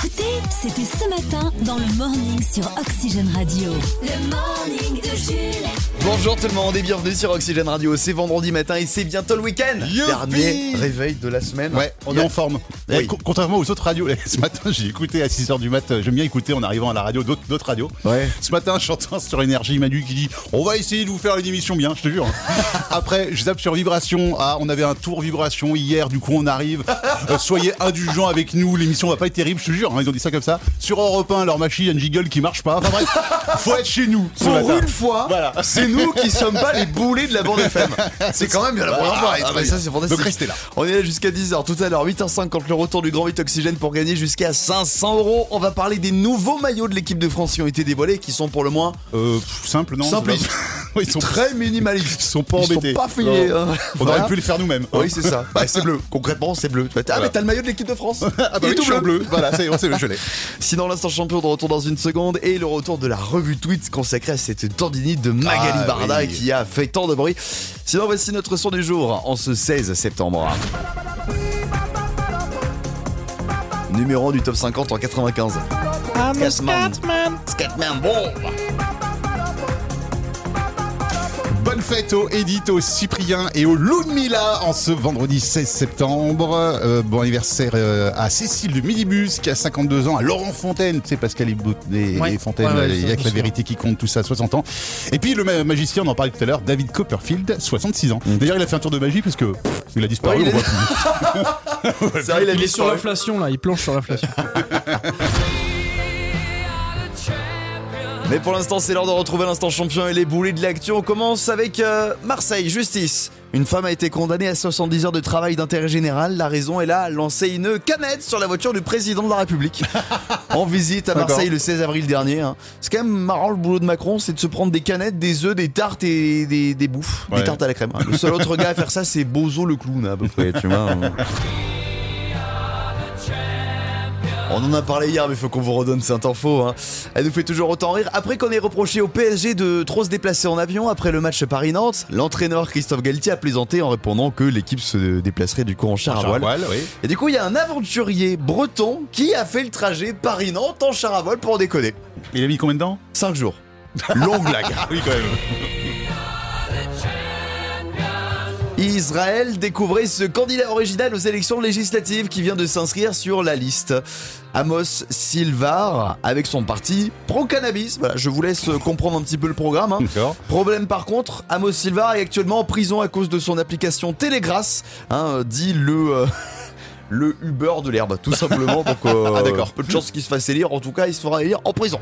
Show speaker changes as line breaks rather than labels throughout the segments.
C'était ce matin dans le morning sur Oxygène Radio. Le morning de Jules.
Bonjour tout le monde et bienvenue sur Oxygène Radio. C'est vendredi matin et c'est bientôt le week-end.
Youpi
Dernier réveil de la semaine.
Ouais, on est
Il y a-
en forme.
Oui.
Eh, co- Contrairement aux autres radios, eh, ce matin j'ai écouté à 6h du mat, euh, j'aime bien écouter en arrivant à la radio d'autres d'autres radios.
Ouais.
Ce matin, chantant sur Énergie, Manu qui dit On va essayer de vous faire une émission bien, je te jure. Après, je zappe sur Vibration. Ah, on avait un tour Vibration hier, du coup on arrive. Euh, soyez indulgents avec nous, l'émission va pas être terrible, je te jure. hein, ils ont dit ça comme ça. Sur Europe 1, leur machine, un jiggle qui marche pas. Enfin bref, faut être chez nous. ce
Pour
matin.
une fois,
Voilà.
c'est nous qui sommes pas les boulets de la bande FM. C'est quand même bien la première
Ah,
fois.
ah,
Ah,
bah,
ça, c'est fantastique.
Donc, restez là.
On est là jusqu'à 10h. Tout à l'heure, 8h50, le retour du Grand 8 Oxygène pour gagner jusqu'à 500 euros. On va parler des nouveaux maillots de l'équipe de France qui ont été dévoilés, qui sont pour le moins
Euh, pff, simple, non
Simpliste.
Ouais, Ils sont,
très minimalistes.
ils sont pas
Ils
embêtés.
sont pas fouillés.
Non.
hein.
On
Voilà.
aurait pu le faire nous-mêmes. hein.
Oui, c'est ça. Bah, c'est bleu. Concrètement, c'est bleu. Tu vois, t'as- Ah, mais t'as le maillot de l'équipe de France.
Ah bah
Il est
oui,
tout
je suis en bleu. Voilà, ça y est, on sait le gelé.
Sinon, l'instant champion de retour dans une seconde et le retour de la revue Tweets consacrée à cette tendinite de Magali
Ah,
Barda
oui.
qui a fait tant de bruit. Sinon, voici notre son du jour en ce 16 septembre. Numéro un du top 50 en 95. Scatman. Scatman, bon.
Bonne fête au Edith, au Cyprien et au Ludmilla en ce vendredi 16 septembre. Euh, bon anniversaire euh, à Cécile de Midibus qui a 52 ans, à Laurent Fontaine, tu sais Pascal et, Bout- et-
Ouais.
et Fontaine,
Ouais, ouais,
il y a
je-
que
je
la
sais.
vérité qui compte, tout ça, 60 ans. Et puis le ma- magicien, on en parlait tout à l'heure, David Copperfield, 66 ans. D'ailleurs il a fait un tour de magie parce que pff, Mm. il a disparu,
Ouais, il
on
a-
voit plus.
C'est vrai, il a
Il est sur
disparu.
l'inflation là, il planche sur l'inflation.
Mais pour l'instant, c'est l'heure de retrouver l'instant champion et les boulets de l'actu. On commence avec euh, Marseille, justice. Une femme a été condamnée à 70 heures de travail d'intérêt général. La raison, elle a lancé une canette sur la voiture du président de la République. en visite à Marseille le 16 avril dernier. hein. C'est quand même marrant le boulot de Macron, c'est de se prendre des canettes, des œufs, des tartes et des, des bouffes. Des
Ouais.
tartes à la crème. hein. Le seul autre gars à faire ça, c'est Bozo le clown à peu près, tu vois. hein. On en a parlé hier, mais faut qu'on vous redonne cette info. Hein. Elle nous fait toujours autant rire. Après qu'on ait reproché au PSG de trop se déplacer en avion après le match Paris-Nantes, l'entraîneur Christophe Galtier a plaisanté en répondant que l'équipe se déplacerait du coup en char à voile.
Charles Voile, oui.
Et du coup, il y a un aventurier breton qui a fait le trajet Paris-Nantes en char à voile pour déconner.
Il a mis combien de temps
5 jours. Longue blague.
Oui quand même.
Israël découvrait ce candidat original aux élections législatives qui vient de s'inscrire sur la liste. Amos Silvar, avec son parti pro-cannabis. Voilà, je vous laisse euh, comprendre un petit peu le programme. hein.
D'accord.
Problème par contre, Amos Silvar est actuellement en prison à cause de son application Télégrasse, hein, euh, dit le. euh, Le Uber de l'herbe, tout simplement. Donc, euh,
Ah, d'accord.
peu de chance qu'il se fasse élire. En tout cas, il se fera élire en prison.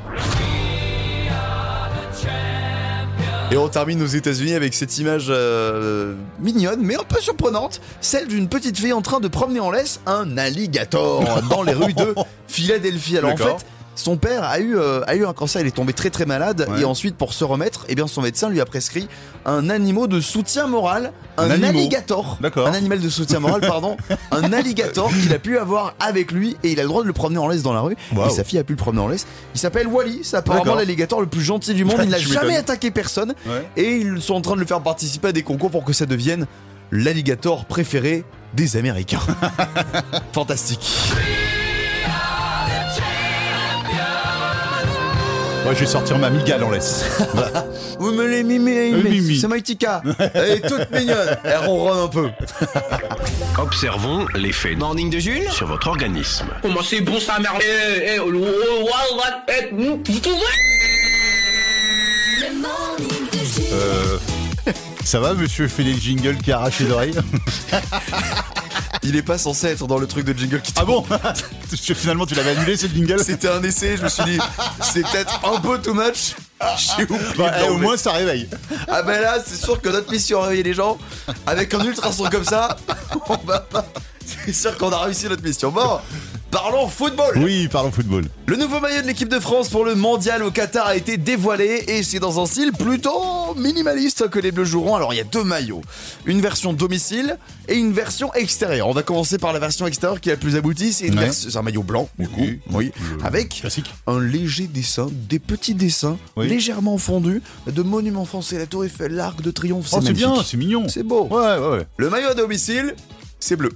Et on termine aux États-Unis avec cette image euh, mignonne, mais un peu surprenante, celle d'une petite fille en train de promener en laisse un alligator dans les rues de Philadelphie. Alors en
D'accord.
fait, son père a eu, euh, a eu un cancer, il est tombé très très malade,
Ouais.
et ensuite pour se remettre, eh bien son médecin lui a prescrit un animal de soutien moral, un,
Un animal.
alligator,
D'accord.
un animal de soutien moral, pardon, un alligator qu'il a pu avoir avec lui, et il a le droit de le promener en laisse dans la rue,
Waouh.
et sa fille a pu le promener en laisse. Il s'appelle Wally, c'est apparemment
D'accord.
l'alligator le plus gentil du monde, il n'a
Tu
jamais
m'étonnes.
attaqué personne
Ouais.
et ils sont en train de le faire participer à des concours pour que ça devienne l'alligator préféré des Américains. Fantastique.
Moi je vais sortir ma migale en laisse.
Vous me les mimez,
Le mimi.
c'est Maïtika. Elle est toute mignonne. Elle ronronne un peu.
Observons l'effet Morning de Jules sur votre organisme.
Comment c'est bon sa mère Eh, eh, le- on va être- nous, vous trouvez
Le morning de Jules.
Euh, ça va monsieur, fait les jingles qui arrachent les oreilles
Il est pas censé être dans le truc de jingle qui
Ah bon Parce que Finalement, tu l'avais annulé, cette jingle
C'était un essai, je me suis dit, c'est peut-être un peu too much. J'ai oublié.
Bah,
de
eh, Au
l'enlever.
moins, ça réveille.
Ah ben là, c'est sûr que notre mission à réveiller les gens, avec un ultrason comme ça, on va pas. C'est sûr qu'on a réussi notre mission. Bon, parlons football.
Oui, parlons football.
Le nouveau maillot de l'équipe de France pour le mondial au Qatar a été dévoilé et c'est dans un style plutôt minimaliste que les Bleus joueront. Alors il y a deux maillots, une version domicile et une version extérieure. On va commencer par la version extérieure qui est la plus aboutie, c'est une
Ouais.
vers- c'est un maillot blanc du coup,
Oui.
oui, Euh, avec
Classique.
un léger dessin, des petits dessins
Oui.
légèrement fondus de monuments français, la Tour Eiffel, l'Arc de Triomphe, c'est
Oh, c'est
magnifique.
bien, c'est mignon.
C'est beau.
Ouais, ouais, ouais.
Le maillot à domicile, c'est bleu.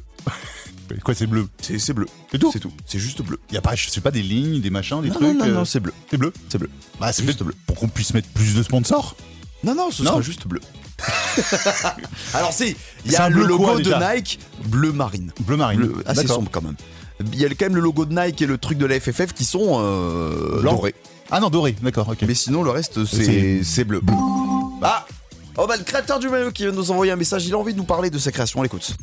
Quoi, c'est bleu
C'est c'est bleu.
C'est tout
C'est tout. C'est juste bleu.
Y a pas, c'est pas des lignes, des machins, des
Non,
trucs.
non, non,
euh,
non, c'est bleu.
c'est bleu.
C'est bleu.
Bah, c'est juste bleu. Pour qu'on puisse mettre plus de sponsors.
Non, non, ce
Non.
sera juste bleu. Alors si, il y
C'est
a
un
le
bleu
logo
quoi,
de
déjà
Nike, bleu marine.
Bleu marine.
Bleu, assez
D'accord.
sombre quand même. Il y a quand même le logo de Nike et le truc de la FFF qui sont euh,
Blanc.
dorés.
Ah non, doré, d'accord, ok.
Mais sinon, le reste, c'est
C'est-
c'est bleu. Ah Oh bah le créateur du maillot qui vient de nous envoyer un message, il a envie de nous parler de sa création, on l'écoute.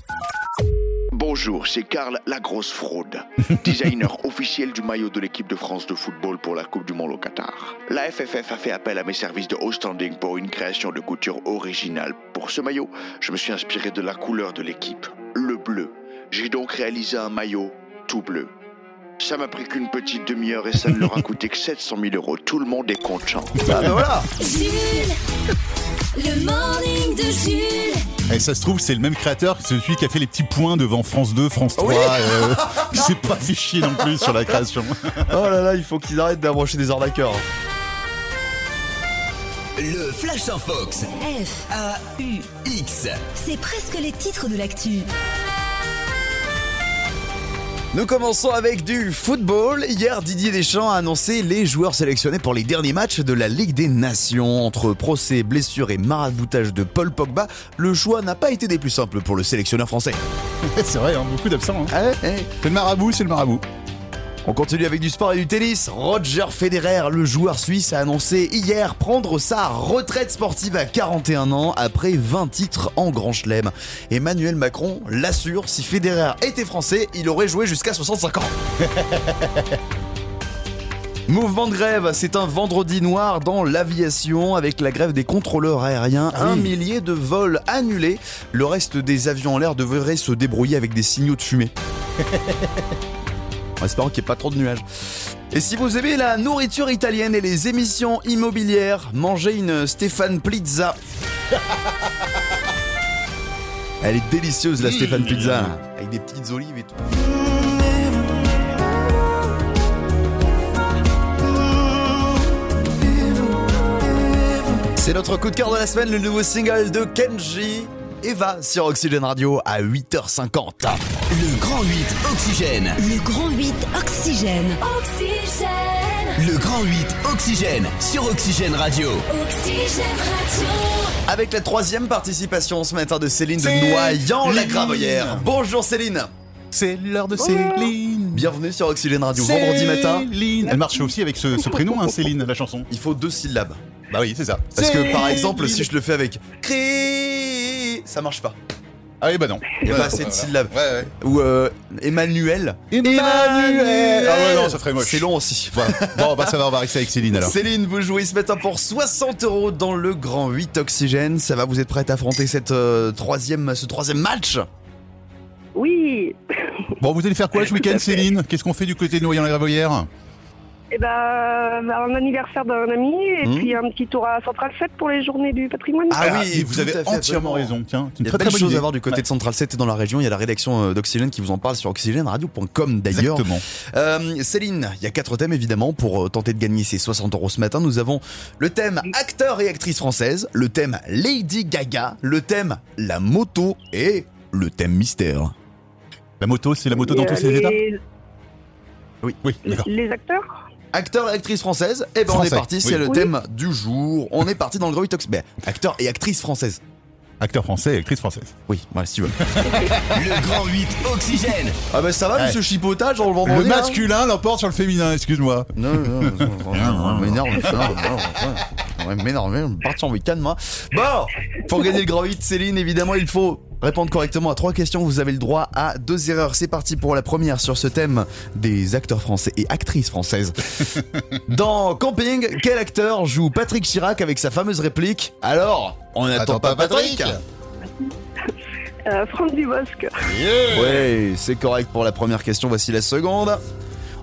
Bonjour, c'est Karl la grosse fraude, designer officiel du maillot de l'équipe de France de football pour la Coupe du Monde au Qatar. La FFF a fait appel à mes services de haut standing pour une création de couture originale. Pour ce maillot, je me suis inspiré de la couleur de l'équipe, le bleu. J'ai donc réalisé un maillot tout bleu. Ça m'a pris qu'une petite demi-heure et ça ne leur a coûté que 700 000 euros. Tout le monde est content.
Ah bah voilà
Jules, le morning de Jules.
Et Eh, ça se trouve, c'est le même créateur que celui qui a fait les petits points devant France 2, France 3. euh, qui s'est pas fait chier non plus sur la création.
Oh là là, il faut qu'ils arrêtent d'abrocher des arnaqueurs.
Le Flash en Fox.
F,
A-U-X.
c'est presque les titres de l'actu.
Nous commençons avec du football. Hier, Didier Deschamps a annoncé les joueurs sélectionnés pour les derniers matchs de la Ligue des Nations. Entre procès, blessures et maraboutage de Paul Pogba, le choix n'a pas été des plus simples pour le sélectionneur français.
c'est vrai, hein, beaucoup d'absents. hein.
Ah ouais, eh.
C'est le marabout, c'est le marabout.
On continue avec du sport et du tennis. Roger Federer, le joueur suisse, a annoncé hier prendre sa retraite sportive à 41 ans après 20 titres en Grand Chelem. Emmanuel Macron l'assure, si Federer était français, il aurait joué jusqu'à 65 ans. Mouvement de grève, c'est un vendredi noir dans l'aviation avec la grève des contrôleurs aériens. Un millier de vols annulés. Le reste des avions en l'air devrait se débrouiller avec des signaux de fumée. En espérant qu'il n'y ait pas trop de nuages. Et si vous aimez la nourriture italienne et les émissions immobilières, mangez une Stéphane Pizza. Elle est délicieuse la Stéphane Pizza, là, avec des petites olives et tout. C'est notre coup de cœur de la semaine, le nouveau single de Kenji, Eva sur Oxygène Radio à 8h50.
Le Grand 8 Oxygène.
Le grand 8 oxygène. Oxygène,
Le Grand 8 Oxygène. Sur Oxygène Radio.
oxygène radio.
Avec la troisième participation ce matin de Céline de
Céline
Noyant la Gravoyère. Bonjour Céline
C'est l'heure de Céline.
Bienvenue sur Oxygène Radio, vendredi matin.
Céline. Elle marche aussi avec ce, ce prénom, hein, Céline, la chanson.
Il faut deux syllabes.
Bah oui, c'est ça.
Parce que par exemple, si je le fais avec Cré, ça marche pas.
Ah oui, bah non.
Il y a
Bah
pas
non,
assez de
voilà.
syllabes.
Ouais, ouais.
Ou euh, Emmanuel.
Emmanuel. Ah ouais, non, ça ferait moche.
C'est long aussi.
Voilà. Bon, bah ça va, on va rester avec Céline alors.
Céline, vous jouez ce matin pour 60 euros dans le Grand 8 Oxygène. Ça va, vous êtes prête à affronter cette, euh, troisième, ce troisième match
Oui,
Bon, vous allez faire quoi ce week-end, Céline Qu'est-ce qu'on fait du côté de noyant la gravoyère
et ben un anniversaire d'un ami et
Hmm.
puis un petit tour à Central 7 pour les journées du patrimoine.
Ah oui,
vous
tout
avez
à fait,
entièrement
absolument.
raison. Tiens, c'est
Il
une
y a de
très très
belles
bonne
choses
idée.
à voir du côté de Central 7 et dans la région. Il y a la rédaction euh, d'Oxygène qui vous en parle sur oxygèneradio.com d'ailleurs.
Exactement.
Euh, Céline, il y a quatre thèmes évidemment pour euh, tenter de gagner ces 60 euros ce matin. Nous avons le thème acteur et actrice française, le thème Lady Gaga, le thème la moto et le thème mystère.
La moto, c'est la moto
Et,
dans
euh,
tous ses états
les,
Oui,
Euh,
d'accord.
les acteurs
Acteur et actrice française, eh ben on
Français,
est parti, c'est
oui.
le
Oui.
thème du jour. On est parti dans le Grand Huit Ox- Ben, acteur et actrice française.
Acteur français et actrice française.
Oui, ouais, si tu veux.
Le Grand 8 Oxygène.
Ah ben ça va,
Ouais.
ce chipotage, on le vendredi hein.
Le
là
masculin l'emporte sur le féminin, excuse-moi.
Non, non, non, non, non, m'énerve, ça, non, non, ouais, ouais, m'énerve, je vais partir en week-end, moi. Bon, pour gagner le grand 8, Céline, évidemment, il faut répondre correctement à trois questions. Vous avez le droit à deux erreurs. C'est parti pour la première sur ce thème des acteurs français et actrices françaises. Dans Camping, quel acteur joue Patrick Chirac avec sa fameuse réplique Alors, on n'attend pas Patrick
euh, Franck Dubosc,
Ouais, c'est correct pour la première question, voici la seconde.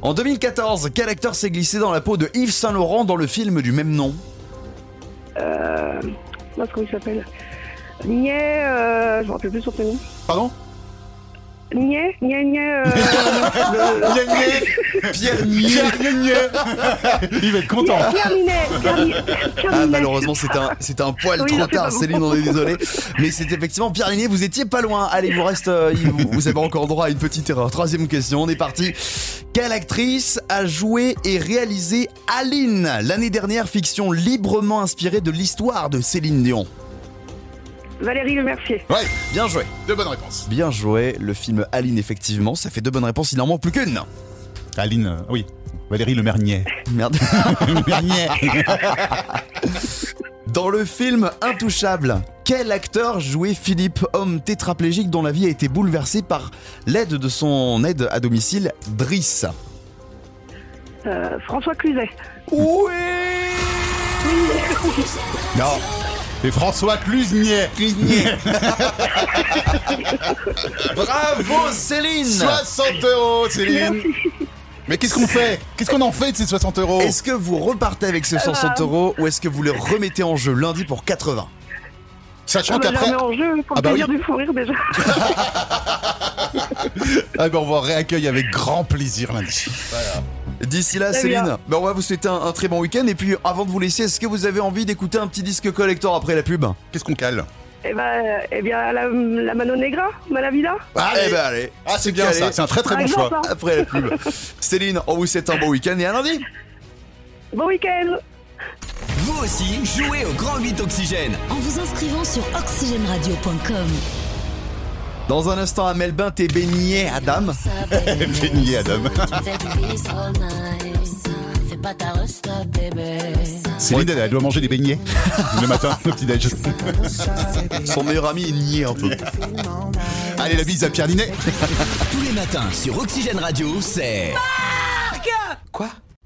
En 2014, quel acteur s'est glissé dans la peau de Yves Saint-Laurent dans le film du même nom
euh, mince, comment il s'appelle Niais, euh, je me rappelle plus son prénom.
Pardon
niais, niais, niais, euh,
Pierre Ah, Nier.
Pierre Guignet. Il va être content.
Pierre Ninet, Pierre Ninet, Pierre
Ah,
Ninet.
malheureusement, c'était un, c'était un poil
Oui,
trop
c'est pas
tard,
bon.
Céline, on est désolé. Mais c'est effectivement Pierre Ligné, vous étiez pas loin. Allez, il vous reste, euh, il- vous, vous avez encore droit à une petite erreur. Troisième question, on est parti. Quelle actrice a joué et réalisé Aline l'année dernière, fiction librement inspirée de l'histoire de Céline Dion
Valérie Le Mercier.
Ouais,
Bien joué.
de bonnes réponses.
Bien joué, le film Aline, effectivement, ça fait deux bonnes réponses, il n'en manque plus qu'une.
Aline, euh, oui. Valérie Le Mernier.
Merde.
Le Mernier.
Dans le film Intouchable, quel acteur jouait Philippe, homme tétraplégique dont la vie a été bouleversée par l'aide de son aide à domicile, Driss
Euh, François Cluzet.
Oui
Non. Et François Cluznier.
Bravo Céline
60 euros, Céline.
Merci.
Mais qu'est-ce qu'on fait Qu'est-ce qu'on en fait de ces 60 euros
Est-ce que vous repartez avec ces 60 euros ou est-ce que vous les remettez en jeu lundi pour 80
Sachant
Ah bah, je la
qu'après,
mets en jeu pour
Ah bah
le plaisir
oui.
du fou rire déjà.
ah bah, on vous réaccueille avec grand plaisir lundi.
D'ici là
Très
Céline,
bien.
bah on va vous souhaiter un, un très bon week-end et puis avant de vous laisser, est-ce que vous avez envie d'écouter un petit disque collector après la pub
Qu'est-ce qu'on cale
eh, ben, eh bien, la, la Mano Negra, Malavida.
Eh ben, allez,
Ah, c'est bien
Allez.
ça. C'est un très très
Par
bon
exemple,
choix.
hein.
après la pub. Céline, on vous souhaite un bon week-end et à lundi
Bon week-end
Vous aussi, jouez au Grand 8 Oxygène.
En vous inscrivant sur oxygenradio.com.
Dans un instant à Melbourne, t'es baigné, Adam.
Béni Adam.
oh Fais pas ta resta, bébé.
Céline, elle, elle doit manger des beignets le matin, le petit déj.
Son meilleur ami est nié un peu.
Allez, la bise à Pierre Ninet.
Tous les matins sur Oxygène Radio, c'est.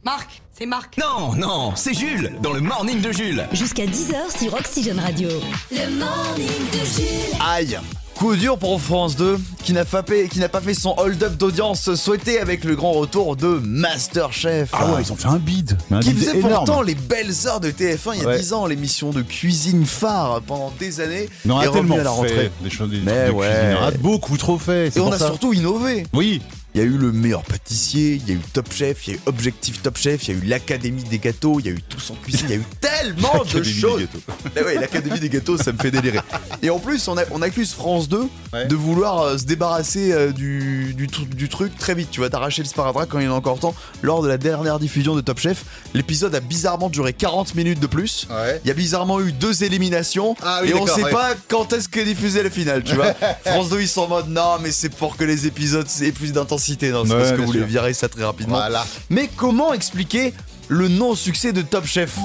Marc, c'est Marc.
Non, non, c'est Jules, dans le morning de Jules.
Jusqu'à 10h sur Oxygène Radio. Le morning de Jules.
Aïe Coup dur pour France 2, qui n'a pas, fait- qui n'a pas fait son hold-up d'audience souhaité avec le grand retour de Masterchef.
Ah ouais, ils ont fait un bide. Mais un
qui
bide
faisait
énorme.
pourtant les belles heures de TF1 il y a
Ouais.
10 ans, l'émission de cuisine phare pendant des années,
Mais on
est
a
revenue
tellement
à la rentrée.
fait des choses des
Mais
trucs de
ouais.
cuisine. On a beaucoup trop fait. c'est
Et on
pour
a
ça.
surtout innové.
Oui,
Il y a eu le meilleur pâtissier, il y a eu Top Chef, il y a eu Objectif Top Chef, il y a eu l'Académie des gâteaux, il y a eu Tous en cuisine, il y a eu tellement de
L'Académie des
choses.
gâteaux.
Ah ouais, L'Académie des gâteaux, ça me fait délirer. Et en plus, on, a- on accuse France 2
Ouais.
de vouloir euh, se débarrasser euh, du, du, tru- du truc très vite. Tu vas t'arracher le sparadrap quand il y en a encore temps. Lors de la dernière diffusion de Top Chef, l'épisode a bizarrement duré 40 minutes de plus.
Ouais.
Il y a bizarrement eu deux éliminations
Ah oui,
et on
d'accord,
sait
ouais.
pas quand est-ce qu'est diffusée la finale, tu vois. France 2 ils sont en mode non mais c'est pour que les épisodes aient plus d'intensité, non c'est
Ouais,
parce que
bien
vous les
sûr.
virez ça très rapidement.
voilà.
Mais comment expliquer le non-succès de Top Chef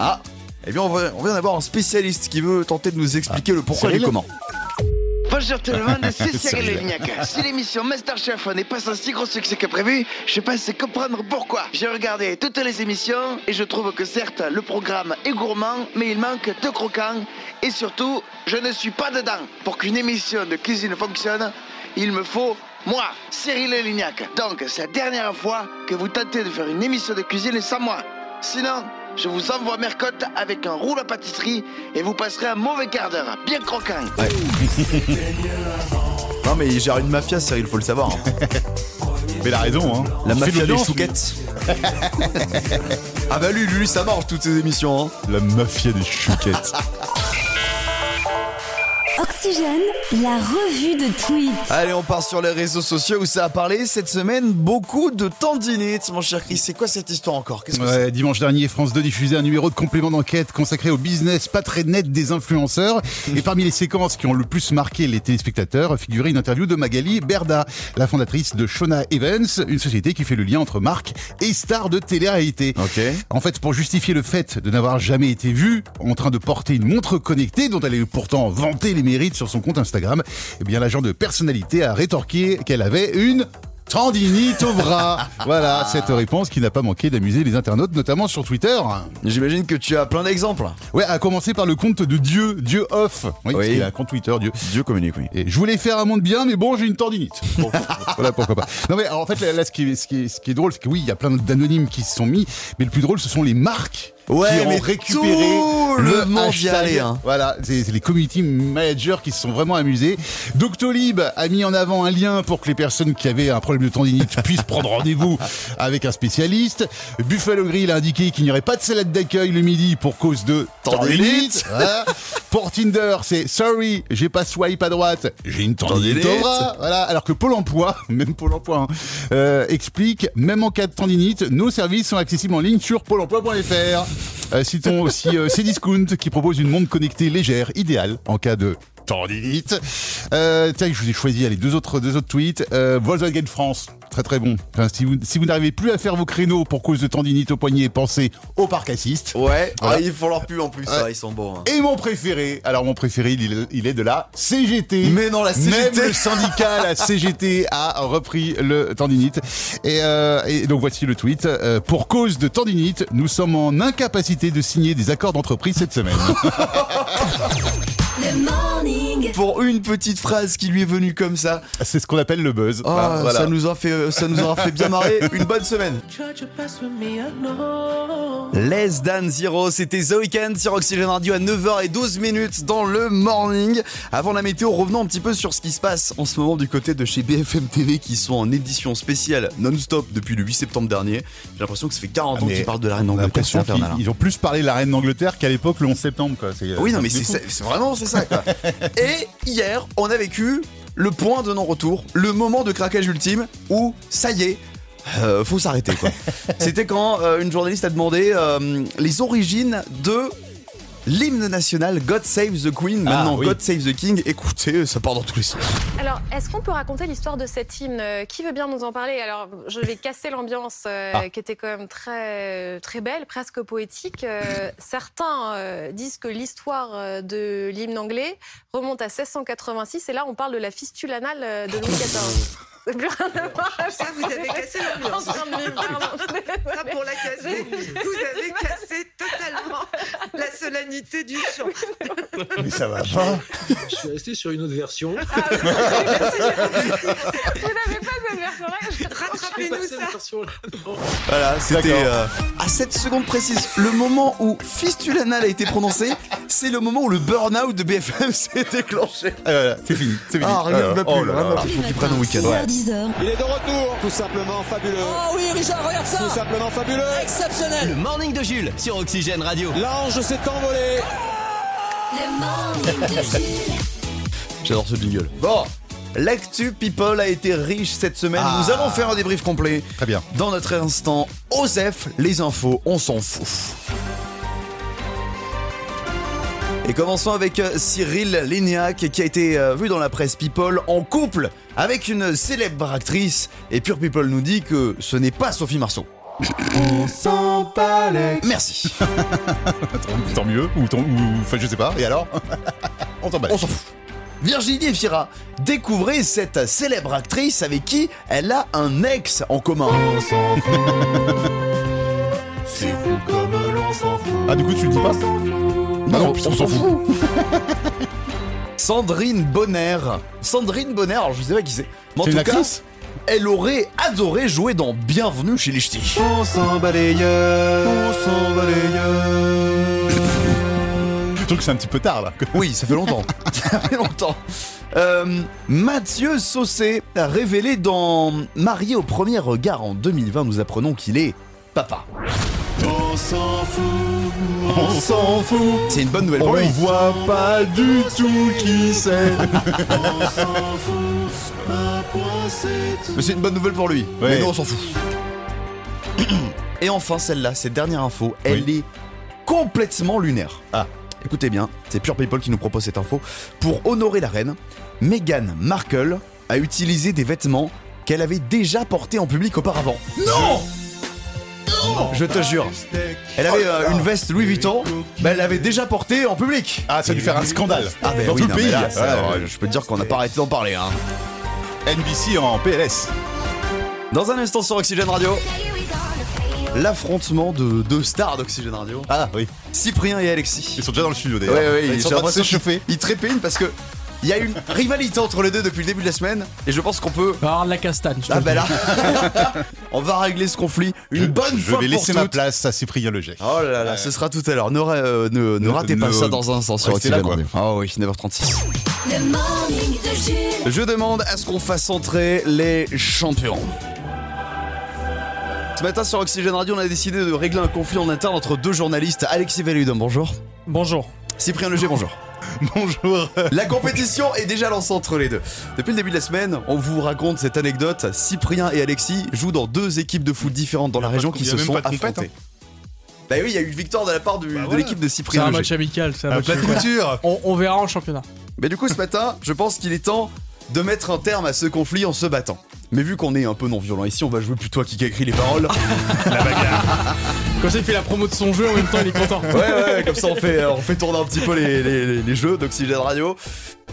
Ah, eh bien on, va- on vient d'avoir un spécialiste qui veut tenter de nous expliquer le pourquoi et le
Ah, Cyril
comment.
Bonjour tout le monde, c'est Cyril
Cyril.
Lignac. Si l'émission Masterchef n'est pas un si gros succès que prévu, je pense comprendre pourquoi. J'ai regardé toutes les émissions et je trouve que certes, le programme est gourmand, mais il manque de croquants. Et surtout, je ne suis pas dedans. Pour qu'une émission de cuisine fonctionne, il me faut moi, Cyril Lignac. Donc, c'est la dernière fois que vous tentez de faire une émission de cuisine sans moi. Sinon, je vous envoie Mercotte avec un rouleau à pâtisserie et vous passerez un mauvais quart d'heure, bien croquant.
Non mais il gère une mafia Cyril, faut le savoir. hein.
Mais la raison, hein.
La
On fait
mafia des
l'audience,
chouquettes. ah bah lui, lui ça marche toutes ces émissions. hein.
La mafia des chouquettes.
Oxygène, la revue de tweets.
Allez, on part sur les réseaux sociaux où ça a parlé cette semaine beaucoup de tendinites, mon cher Chris. C'est quoi cette histoire encore Qu'est-ce que c'est
Ouais, dimanche dernier, France 2 diffusait un numéro de complément d'enquête consacré au business pas très net des influenceurs. Et parmi les séquences qui ont le plus marqué les téléspectateurs figurait une interview de Magali Berda, la fondatrice de Shona Evans, une société qui fait le lien entre marque et star de télé-réalité.
Ok.
En fait, pour justifier le fait de n'avoir jamais été vue en train de porter une montre connectée dont elle est pourtant vanté les mérites sur son compte Instagram, eh bien l'agent de personnalité a rétorqué qu'elle avait une tendinite au bras. voilà, cette réponse qui n'a pas manqué d'amuser les internautes, notamment sur Twitter.
J'imagine que tu as plein d'exemples.
Ouais, à commencer par le compte de Dieu, Dieu Off. Oui, parce
Oui.
qu'il a un compte Twitter, Dieu.
Dieu communique, oui.
Et je voulais faire un monde bien, mais bon, j'ai une tendinite. Bon, voilà pourquoi pas. Non mais alors, en fait, là, là, ce, qui est, ce, qui est, ce qui est drôle, c'est que oui, il y a plein d'anonymes qui se sont mis, mais le plus drôle, ce sont les marques
Ouais,
qui
mais
ont récupéré
tout le
le,
monde y allait,
hashtag.
hein.
Voilà, c'est c'est les community managers qui se sont vraiment amusés. Doctolib a mis en avant un lien pour que les personnes qui avaient un problème de tendinite puissent prendre rendez-vous avec un spécialiste. Buffalo Grill a indiqué qu'il n'y aurait pas de salade d'accueil le midi pour cause de
Tendinite.
tendinite. Voilà. hein. Pour Tinder, c'est sorry, j'ai pas swipe à droite, j'ai une tendinite au bras. Voilà. Alors que Pôle emploi, même Pôle emploi, hein, euh, explique, même en cas de tendinite, nos services sont accessibles en ligne sur pôle emploi.fr. Euh, citons aussi euh, Cdiscount qui propose une montre connectée légère, idéale en cas de tendinite. Euh, tiens, je vous ai choisi allez, deux, autres, deux autres tweets. Euh, Volkswagen France, très très bon. Enfin, si vous, si vous n'arrivez plus à faire vos créneaux pour cause de tendinite au poignet, pensez au parc assiste.
Ouais,
Voilà.
ah, ils font leur pub en plus,
Ouais.
ah, ils sont bons. hein.
Et mon préféré, alors mon préféré, il, il est de la CGT.
Mais non, la CGT.
Même le syndicat, la CGT, a repris le tendinite. Et, euh, et donc voici le tweet. Euh, pour cause de tendinite, nous sommes en incapacité de signer des accords d'entreprise cette semaine.
Le morning.
Pour une petite phrase qui lui est venue comme ça,
C'est ce qu'on appelle le buzz.
Ah,
Voilà, Bah, voilà.
ça, nous aura fait, euh, ça nous aura fait bien marrer. Une bonne semaine. Les Dan Zero, c'était The Weeknd sur Oxygen Radio à 9h12 minutes dans le morning. Avant la météo, revenons un petit peu sur ce qui se passe en ce moment du côté de chez BFM TV qui sont en édition spéciale non-stop depuis le 8 septembre dernier. J'ai l'impression que ça fait 40 ans
Ah, Mais
qu'ils parlent de la reine
On a
d'Angleterre. C'est
l'impression qu'ils
infernal, hein.
ils ont plus parlé de la reine d'Angleterre qu'à l'époque le 11 septembre. Quoi. C'est- euh,
Oui, non, mais
c'est
c'est
fou.
ça- c'est vraiment c'est ça. Quoi. Et hier, on a vécu le point de non-retour, le moment de craquage ultime où ça y est. euh, faut s'arrêter quoi. C'était quand euh, une journaliste a demandé euh, les origines de l'hymne national God Save the Queen.
Ah,
Maintenant
oui.
God Save the King. Écoutez, ça part dans tous les sens.
Alors, est-ce qu'on peut raconter l'histoire de cet hymne Euh, Qui veut bien nous en parler Alors, je vais casser l'ambiance euh,
Ah.
qui était quand même très, très belle, presque poétique. Euh, certains euh, disent que l'histoire euh, de l'hymne anglais remonte à 1686 et là, on parle de la fistule anale euh, de Louis XIV. C'est plus rien à voir.
Ça, vous avez cassé l'ambiance.
En train de vivre, pardon.
Ça, pour la casser, vous avez cassé totalement la solennité du chant.
Mais ça va pas.
Je suis resté sur une autre version.
Ah, vous n'avez pas cette version-là
Rattrapez-nous ça.
Voilà, c'était
Ah, D'accord.
euh, à 7 secondes précises. Le moment où fistule anal a été prononcé, c'est le moment où le burn-out de BFM s'est déclenché.
Ah, voilà, c'est fini. C'est fini.
Ah, rien ne va plus,
oh là
rien ne
là.
va plus. Faut qu'ils prennent un week-end.
6h10h.
Oh oui, Richard, regarde ça Tout simplement fabuleux Exceptionnel Le morning de Jules sur Oxygène Radio.
Le morning de Jules.
J'adore ce jingle. Bon, l'actu people a été riche cette semaine.
Ah.
Nous allons faire un débrief complet.
Très bien.
Dans notre instant, Osef, les infos, on s'en fout. Et commençons avec euh, Cyril Lignac qui a été euh, vu dans la presse People en couple avec une célèbre actrice. Et Pure People nous dit que ce n'est pas Sophie Marceau. On s'en parlait. Merci.
Tant- Tant mieux. Ou, tant, ou- enfin, je sais pas. Et alors On t'en bat.
On s'en fout. Virginie Fira, découvrez cette célèbre actrice avec qui elle a un ex en commun.
Ah, du coup, tu le dis pas Ah non, on s'en fout.
Sandrine Bonner. Sandrine Bonner, alors je sais pas qui c'est. Mais en
C'est
tout
une
cas,
actrice
elle aurait adoré jouer dans Bienvenue chez les Ch'tis. On s'en on s'en
Je trouve que c'est un petit peu tard là.
Oui, ça fait longtemps. ça fait longtemps. Euh, Mathieu Saucé a révélé dans Marié au premier regard en 2020, nous apprenons qu'il est papa.
On s'en fout, on s'en fout. Oh,
C'est une bonne nouvelle pour
On
lui.
voit pas du tout qui c'est.
Mais c'est une bonne nouvelle pour lui.
Ouais.
Mais nous, on s'en fout. Et enfin, celle-là, cette dernière info, elle est complètement lunaire.
Ah.
Écoutez bien, c'est Pure People qui nous propose cette info. Pour honorer la reine, Meghan Markle a utilisé des vêtements qu'elle avait déjà portés en public auparavant. Non Je te jure. Elle avait euh, une veste Louis Vuitton, mais elle l'avait déjà portée en public.
Ah, ça a dû faire un scandale.
Ah, ben
dans
oui,
tout
non,
le pays.
mais là, ça,
Ouais,
euh, je peux te dire qu'on n'a pas arrêté d'en parler. Hein.
ouais. NBC en PLS.
Dans un instant sur Oxygène Radio. L'affrontement de deux stars d'Oxygène Radio,
Ah oui,
Cyprien et Alexis.
ils sont déjà dans le studio
Ouais,
d'ailleurs.
ouais,
ils sont en train de
l'impression
s'échauffer.
qu'ils- Ils trépinent parce que Il y a une rivalité entre les deux depuis le début de la semaine et je pense qu'on peut.
Ah, la castagne.
Ah, ben là, on va régler ce conflit une bonne
je
fois
vais
pour
laisser ma
toutes.
place à Cyprien Leger.
Oh là là, ce sera tout à l'heure. Ne, ra- euh, ne- ne
Ne-
ratez pas
ne-
ça dans un instant sur
restez là,
Active
quoi.
Morning. Ah oui, 9h36.
Le morning de Jules.
Je demande à ce qu'on fasse entrer les champions. Ce matin sur Oxygène Radio, on a décidé de régler un conflit en interne entre deux journalistes. Alexis Valludum, bonjour.
Bonjour.
Cyprien Leger, bonjour.
Bonjour.
La compétition est déjà lancée entre les deux. Depuis le début de la semaine, on vous raconte cette anecdote. Cyprien et Alexis jouent dans deux équipes de foot différentes dans la région
de-
qui
il y a
se
même
sont
pas de compète, hein. Bah
affrontées. Bah oui, il y a eu une victoire de la part du- de
voilà.
l'équipe de
C'est
Cyprien
un
Leger.
match amical, c'est un
Un
match
plat de
amical.
couture.
On, on verra en championnat.
Mais du coup, ce matin, je pense qu'il est temps de mettre un terme à ce conflit en se battant. Mais vu qu'on est un peu non-violent ici, on va jouer plutôt à qui a écrit les paroles. la bagarre.
Comme ça, il fait la promo de son jeu en même temps, il est content.
Ouais, ouais, ouais, comme ça on fait, on fait tourner un petit peu les, les- les- les jeux d'Oxygène Radio.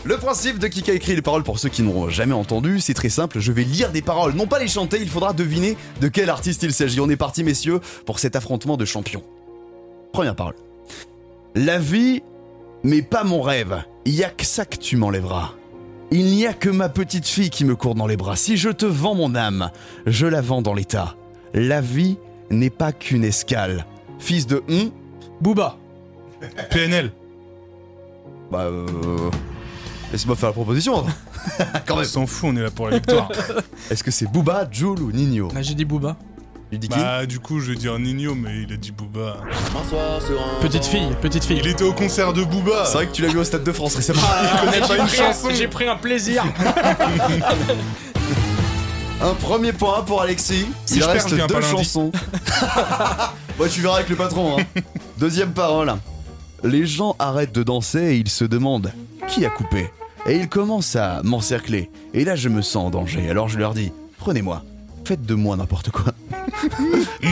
Le principe de qui a écrit les paroles pour ceux qui n'ont jamais entendu, c'est très simple, je vais lire des paroles, non pas les chanter, il faudra deviner de quel artiste il s'agit. On est parti messieurs pour cet affrontement de champions. Première parole. La vie mais pas mon rêve. Il y a que ça que tu m'enlèveras. Il n'y a que ma petite fille qui me court dans les bras. Si je te vends mon âme, je la vends dans l'état. La vie n'est pas qu'une escale. Fils de hum
Booba.
PNL. Bah euh... Laisse-moi faire la proposition. Quand même. On s'en fout, on est là pour Bah,
la victoire.
Est-ce que c'est Booba, Jul ou Nino
Ah, J'ai dit Booba.
Tu dis qui
Bah, du coup, je vais dire Nino, mais il a dit Booba.
Petite fille, petite fille.
Il était au concert de Booba.
C'est vrai que tu l'as vu au Stade de France récemment.
Ah,
connaît
j'ai
pas une
pris un-
chanson.
J'ai pris un plaisir.
Un premier point pour Alexis.
Si
Il
je perds,
reste
je viens
deux
pas lundi.
chansons. Moi, tu verras avec le patron. hein. Deuxième parole. Les gens arrêtent de danser et ils se demandent qui a coupé. Et ils commencent à m'encercler. Et là, je me sens en danger. Alors je leur dis prenez-moi. Faites de moi n'importe quoi.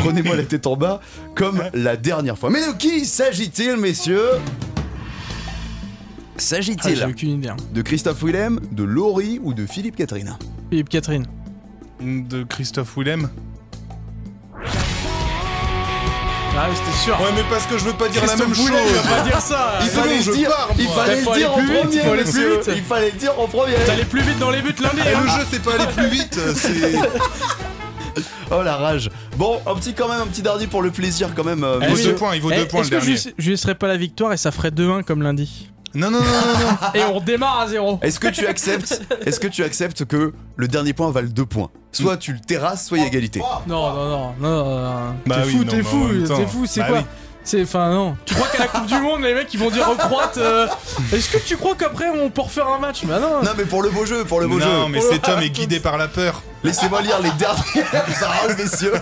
prenez-moi la tête en bas comme la dernière fois. Mais de qui s'agit-il, messieurs
Ah,
S'agit-il
J'ai aucune idée. hein.
de Christophe Willem, de Laurie ou de Philippe Catherine
Philippe Catherine.
De Christophe Willem.
Ah, oui, c'était sûr.
Ouais, mais parce que je veux pas dire la
Christophe
même chose.
Willem, il va pas dire ça.
Il
Il fallait
fallait
le
je
dire-
pars,
il
moi.
fallait le
Faut aller
dire en
plus vite,
premier,
faut aller
monsieur.
plus vite.
Il fallait le dire en premier.
T'allais plus vite dans les buts lundi.
Ah,
Et
hein.
le jeu, c'est pas aller plus vite, euh, c'est.
Oh la rage. Bon, un petit quand même, un petit dardi pour le plaisir quand même. euh,
Eh,
messieurs.
mais- eh, est-ce que je lui- Je lui serais pas la victoire et ça ferait 2-1 comme lundi.
Non, non, non, non, non.
Et on redémarre à 0.
Est-ce que tu acceptes Est-ce que tu acceptes que le dernier point vale deux points Soit tu le terrasses, soit il y a égalité.
Oh.
Non, non, non, non, non, non.
Bah
t'es
oui,
fou,
non,
t'es
mais en
fou,
même temps.
t'es fou, c'est
Bah
quoi
oui.
C'est, enfin, non. Tu crois qu'à la Coupe du Monde, les mecs, ils vont dire aux Croates, euh, est-ce que tu crois qu'après on peut refaire un match Bah non.
Non mais pour le beau jeu, pour le beau jeu.
Non, mais cet homme est guidé par la peur.
Laissez-moi lire les dernières paroles, messieurs.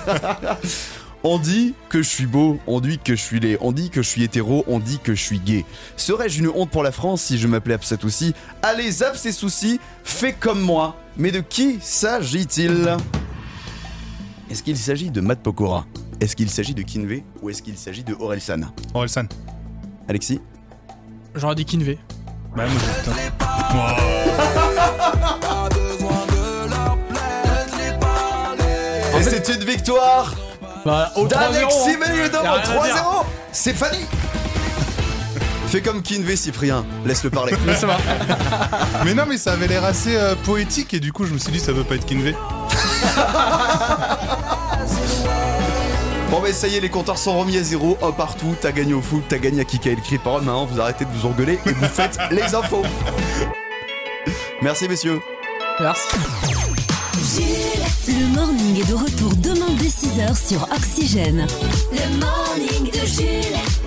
On dit que je suis beau, on dit que je suis laid, on dit que je suis hétéro, on dit que je suis gay. Serais-je une honte pour la France si je m'appelais Absat aussi Allez, zap ses soucis, fais comme moi. Mais de qui s'agit-il Est-ce qu'il s'agit de Matt Pokora Est-ce qu'il s'agit de Kinve Ou est-ce qu'il s'agit de Orelsan
Orelsan.
Alexis
J'aurais dit Kinvé.
Bah, moi,
Et c'est une victoire
au 3-0,
d'Alexis
hein.
Benedum
Y a
en
rien à
3-0 C'est Fanny Fais comme Kinvé, Cyprien, laisse-le parler.
Mais non, mais ça avait l'air assez euh, poétique et du coup, je me suis dit, ça veut pas être Kinvey.
Bon bah ça y est, les compteurs sont remis à zéro, un partout, t'as gagné au foot, t'as gagné à Kika et le cri de parole, maintenant vous arrêtez de vous engueuler et vous faites les infos. Merci messieurs.
Merci.
Jules. Le morning est de retour demain dès 6h sur Oxygène. Le morning de Jules.